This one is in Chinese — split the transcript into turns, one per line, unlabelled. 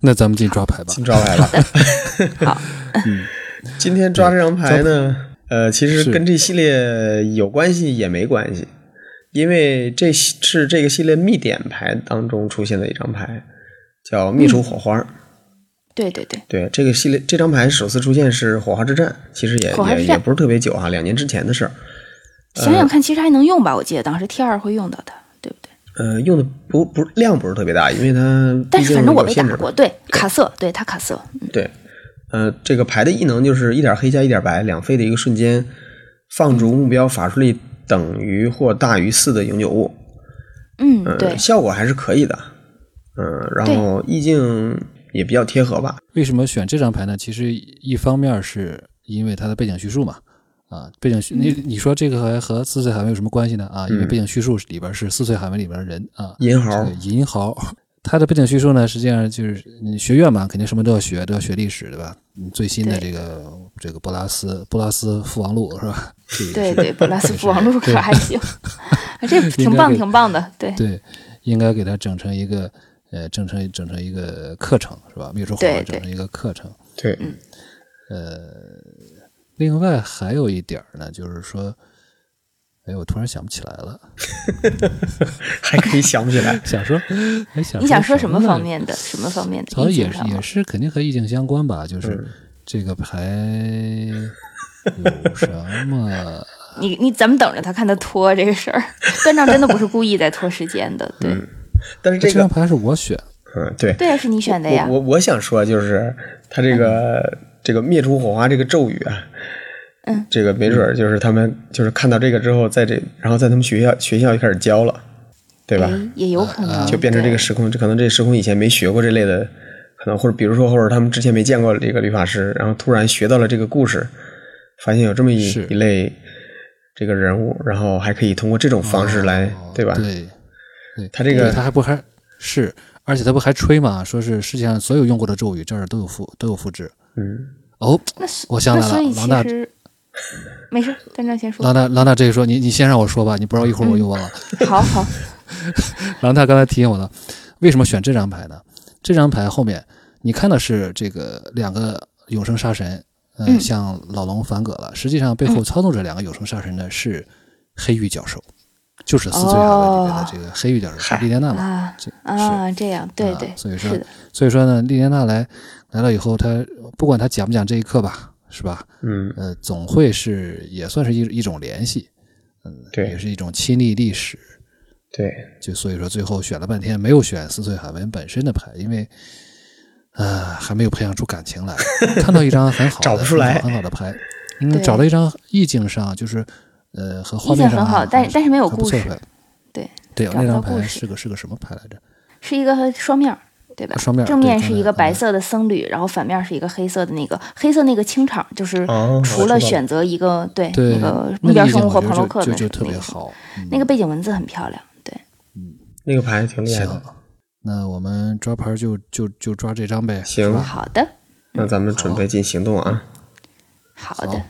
那咱们进抓 牌吧。
进抓牌了。
好，
嗯，今天抓这张牌呢，呃，其实跟这系列有关系也没关系，因为这是这个系列密点牌当中出现的一张牌，叫《秘术火花》。
嗯对对对，
对这个系列这张牌首次出现是《火花之战》，其实也
火花之
也
战
也不是特别久哈，啊两年之前的事儿。
呃
想想看，其实还能用吧？我记得当时 T 二会用到的，对不对？
呃，用的不不量不是特别大，因为它
但是反正我没
毕竟有
打
限制嘛
过，对卡色，对他卡色，
对，呃，这个牌的异能就是一点黑加一点白，两费的一个瞬间，放逐目标法术力等于或大于四的永久物，
嗯，
呃
嗯、
对，
效果还是可以的，嗯、然后意境也比较贴合吧，
为什么选这张牌呢？其实一方面是因为它的背景叙述嘛，啊，背景
嗯
叙、你你说这个还和四岁寒梅有什么关系呢？啊，因为背景叙述里边是四岁寒梅里边的人啊，
银豪
对，银豪，它的背景叙述呢，实际上就是你学院嘛，肯定什么都要学，都要学历史，对吧？嗯最新的
对
这个这个波拉斯波拉斯父王录是吧？这个
对
是
对，布拉 斯
是
父王录可还 行，这挺棒挺棒的，对
对，应该给它整成一个呃，整成整成一个课程是吧？秘书火
对
花
对
整成一个课程。
对，
嗯
呃另外还有一点儿呢，就是说，哎，我突然想不起来了，，
还可以想不起来
想说，哎，想
你想说什么
呢
方？面的？什么方面的？
好像
意境
也是
上嗯吗
也是肯定和意境相关吧，就是这个 牌有什 么？
你你咱们等着他看他拖这个事儿，段丈真的不是故意在拖时间的，对、
嗯
但是
这
这
张
个，
牌是我选，
嗯，对，
对啊，是你选的呀
我，我我想说就是他这个这个灭除火花这个咒语啊，
嗯，
这个没准儿就是他们就是看到这个之后，在这然后在他们学校学校就开始教了，对吧？
哎也有可
呃
能
就变成这个时空，这可能这时空以前没学过这类的，可能或者比如说或者他们之前没见过这个理发师，然后突然学到了这个故事，发现有这么一
是
一类这个人物，然后还可以通过这种方式来，哦对吧？
哦对，对
他这个
对他还不还是，而且他不还吹嘛，说是世界上所有用过的咒语这儿都有复都有复制。
嗯，
哦，
那是
我想起
那
来了
所以
老大啊
其实没事，段丈先说
郎。大郎大这个说你你先让我说吧，你不知道一会儿
嗯
我又忘了。
好 好，
郎大刚才提醒我了，为什么选这张牌呢？这张牌后面你看的是这个两个永生杀神，呃、
嗯
向老龙反戈了。实际上背后操纵着两个永生杀神的是黑玉教授，就是四岁海文里面的这个黑玉教授，是
嗨
莉莲娜嘛？
啊
这
啊，这样对
啊
对，
所以说
是的，
所以说呢，莉莲娜来来了以后，她不管她讲不讲这一课吧，是吧？
嗯，
呃，总会是也算是一一种联系，嗯，
对
也是一种亲历历史。
对，
就所以说最后选了半天没有选撕碎海文本身的牌，因为呃还没有培养出感情来。看到一张很好的
找不出来
很好很好的牌，嗯，
对
找了一张意境上就是呃和画
意境
面上
很好
还
但但是没有
还不错的
故事
牌
对
对，
找不
那张
到故
牌
事
是个是个什么牌来着？
是一个双面儿，对吧？
双面儿
正
对
面
刚
是
才
一个
刚
白
才
色的僧侣，然后反面是一个黑色的那个黑色那个清场，就是
哦
除
我
了
知道
选择一个对
对，
哎那个目
那
标
个意
生
境我
物和
觉
朋洛
得
克
就就
那
就是特
那
别
个
好。嗯
那个背景文字很漂亮，对，
那个牌挺厉害
行
的。，
那我们抓牌就就就抓这张呗。
行，
好的，
那咱们准备进行动啊！
好的，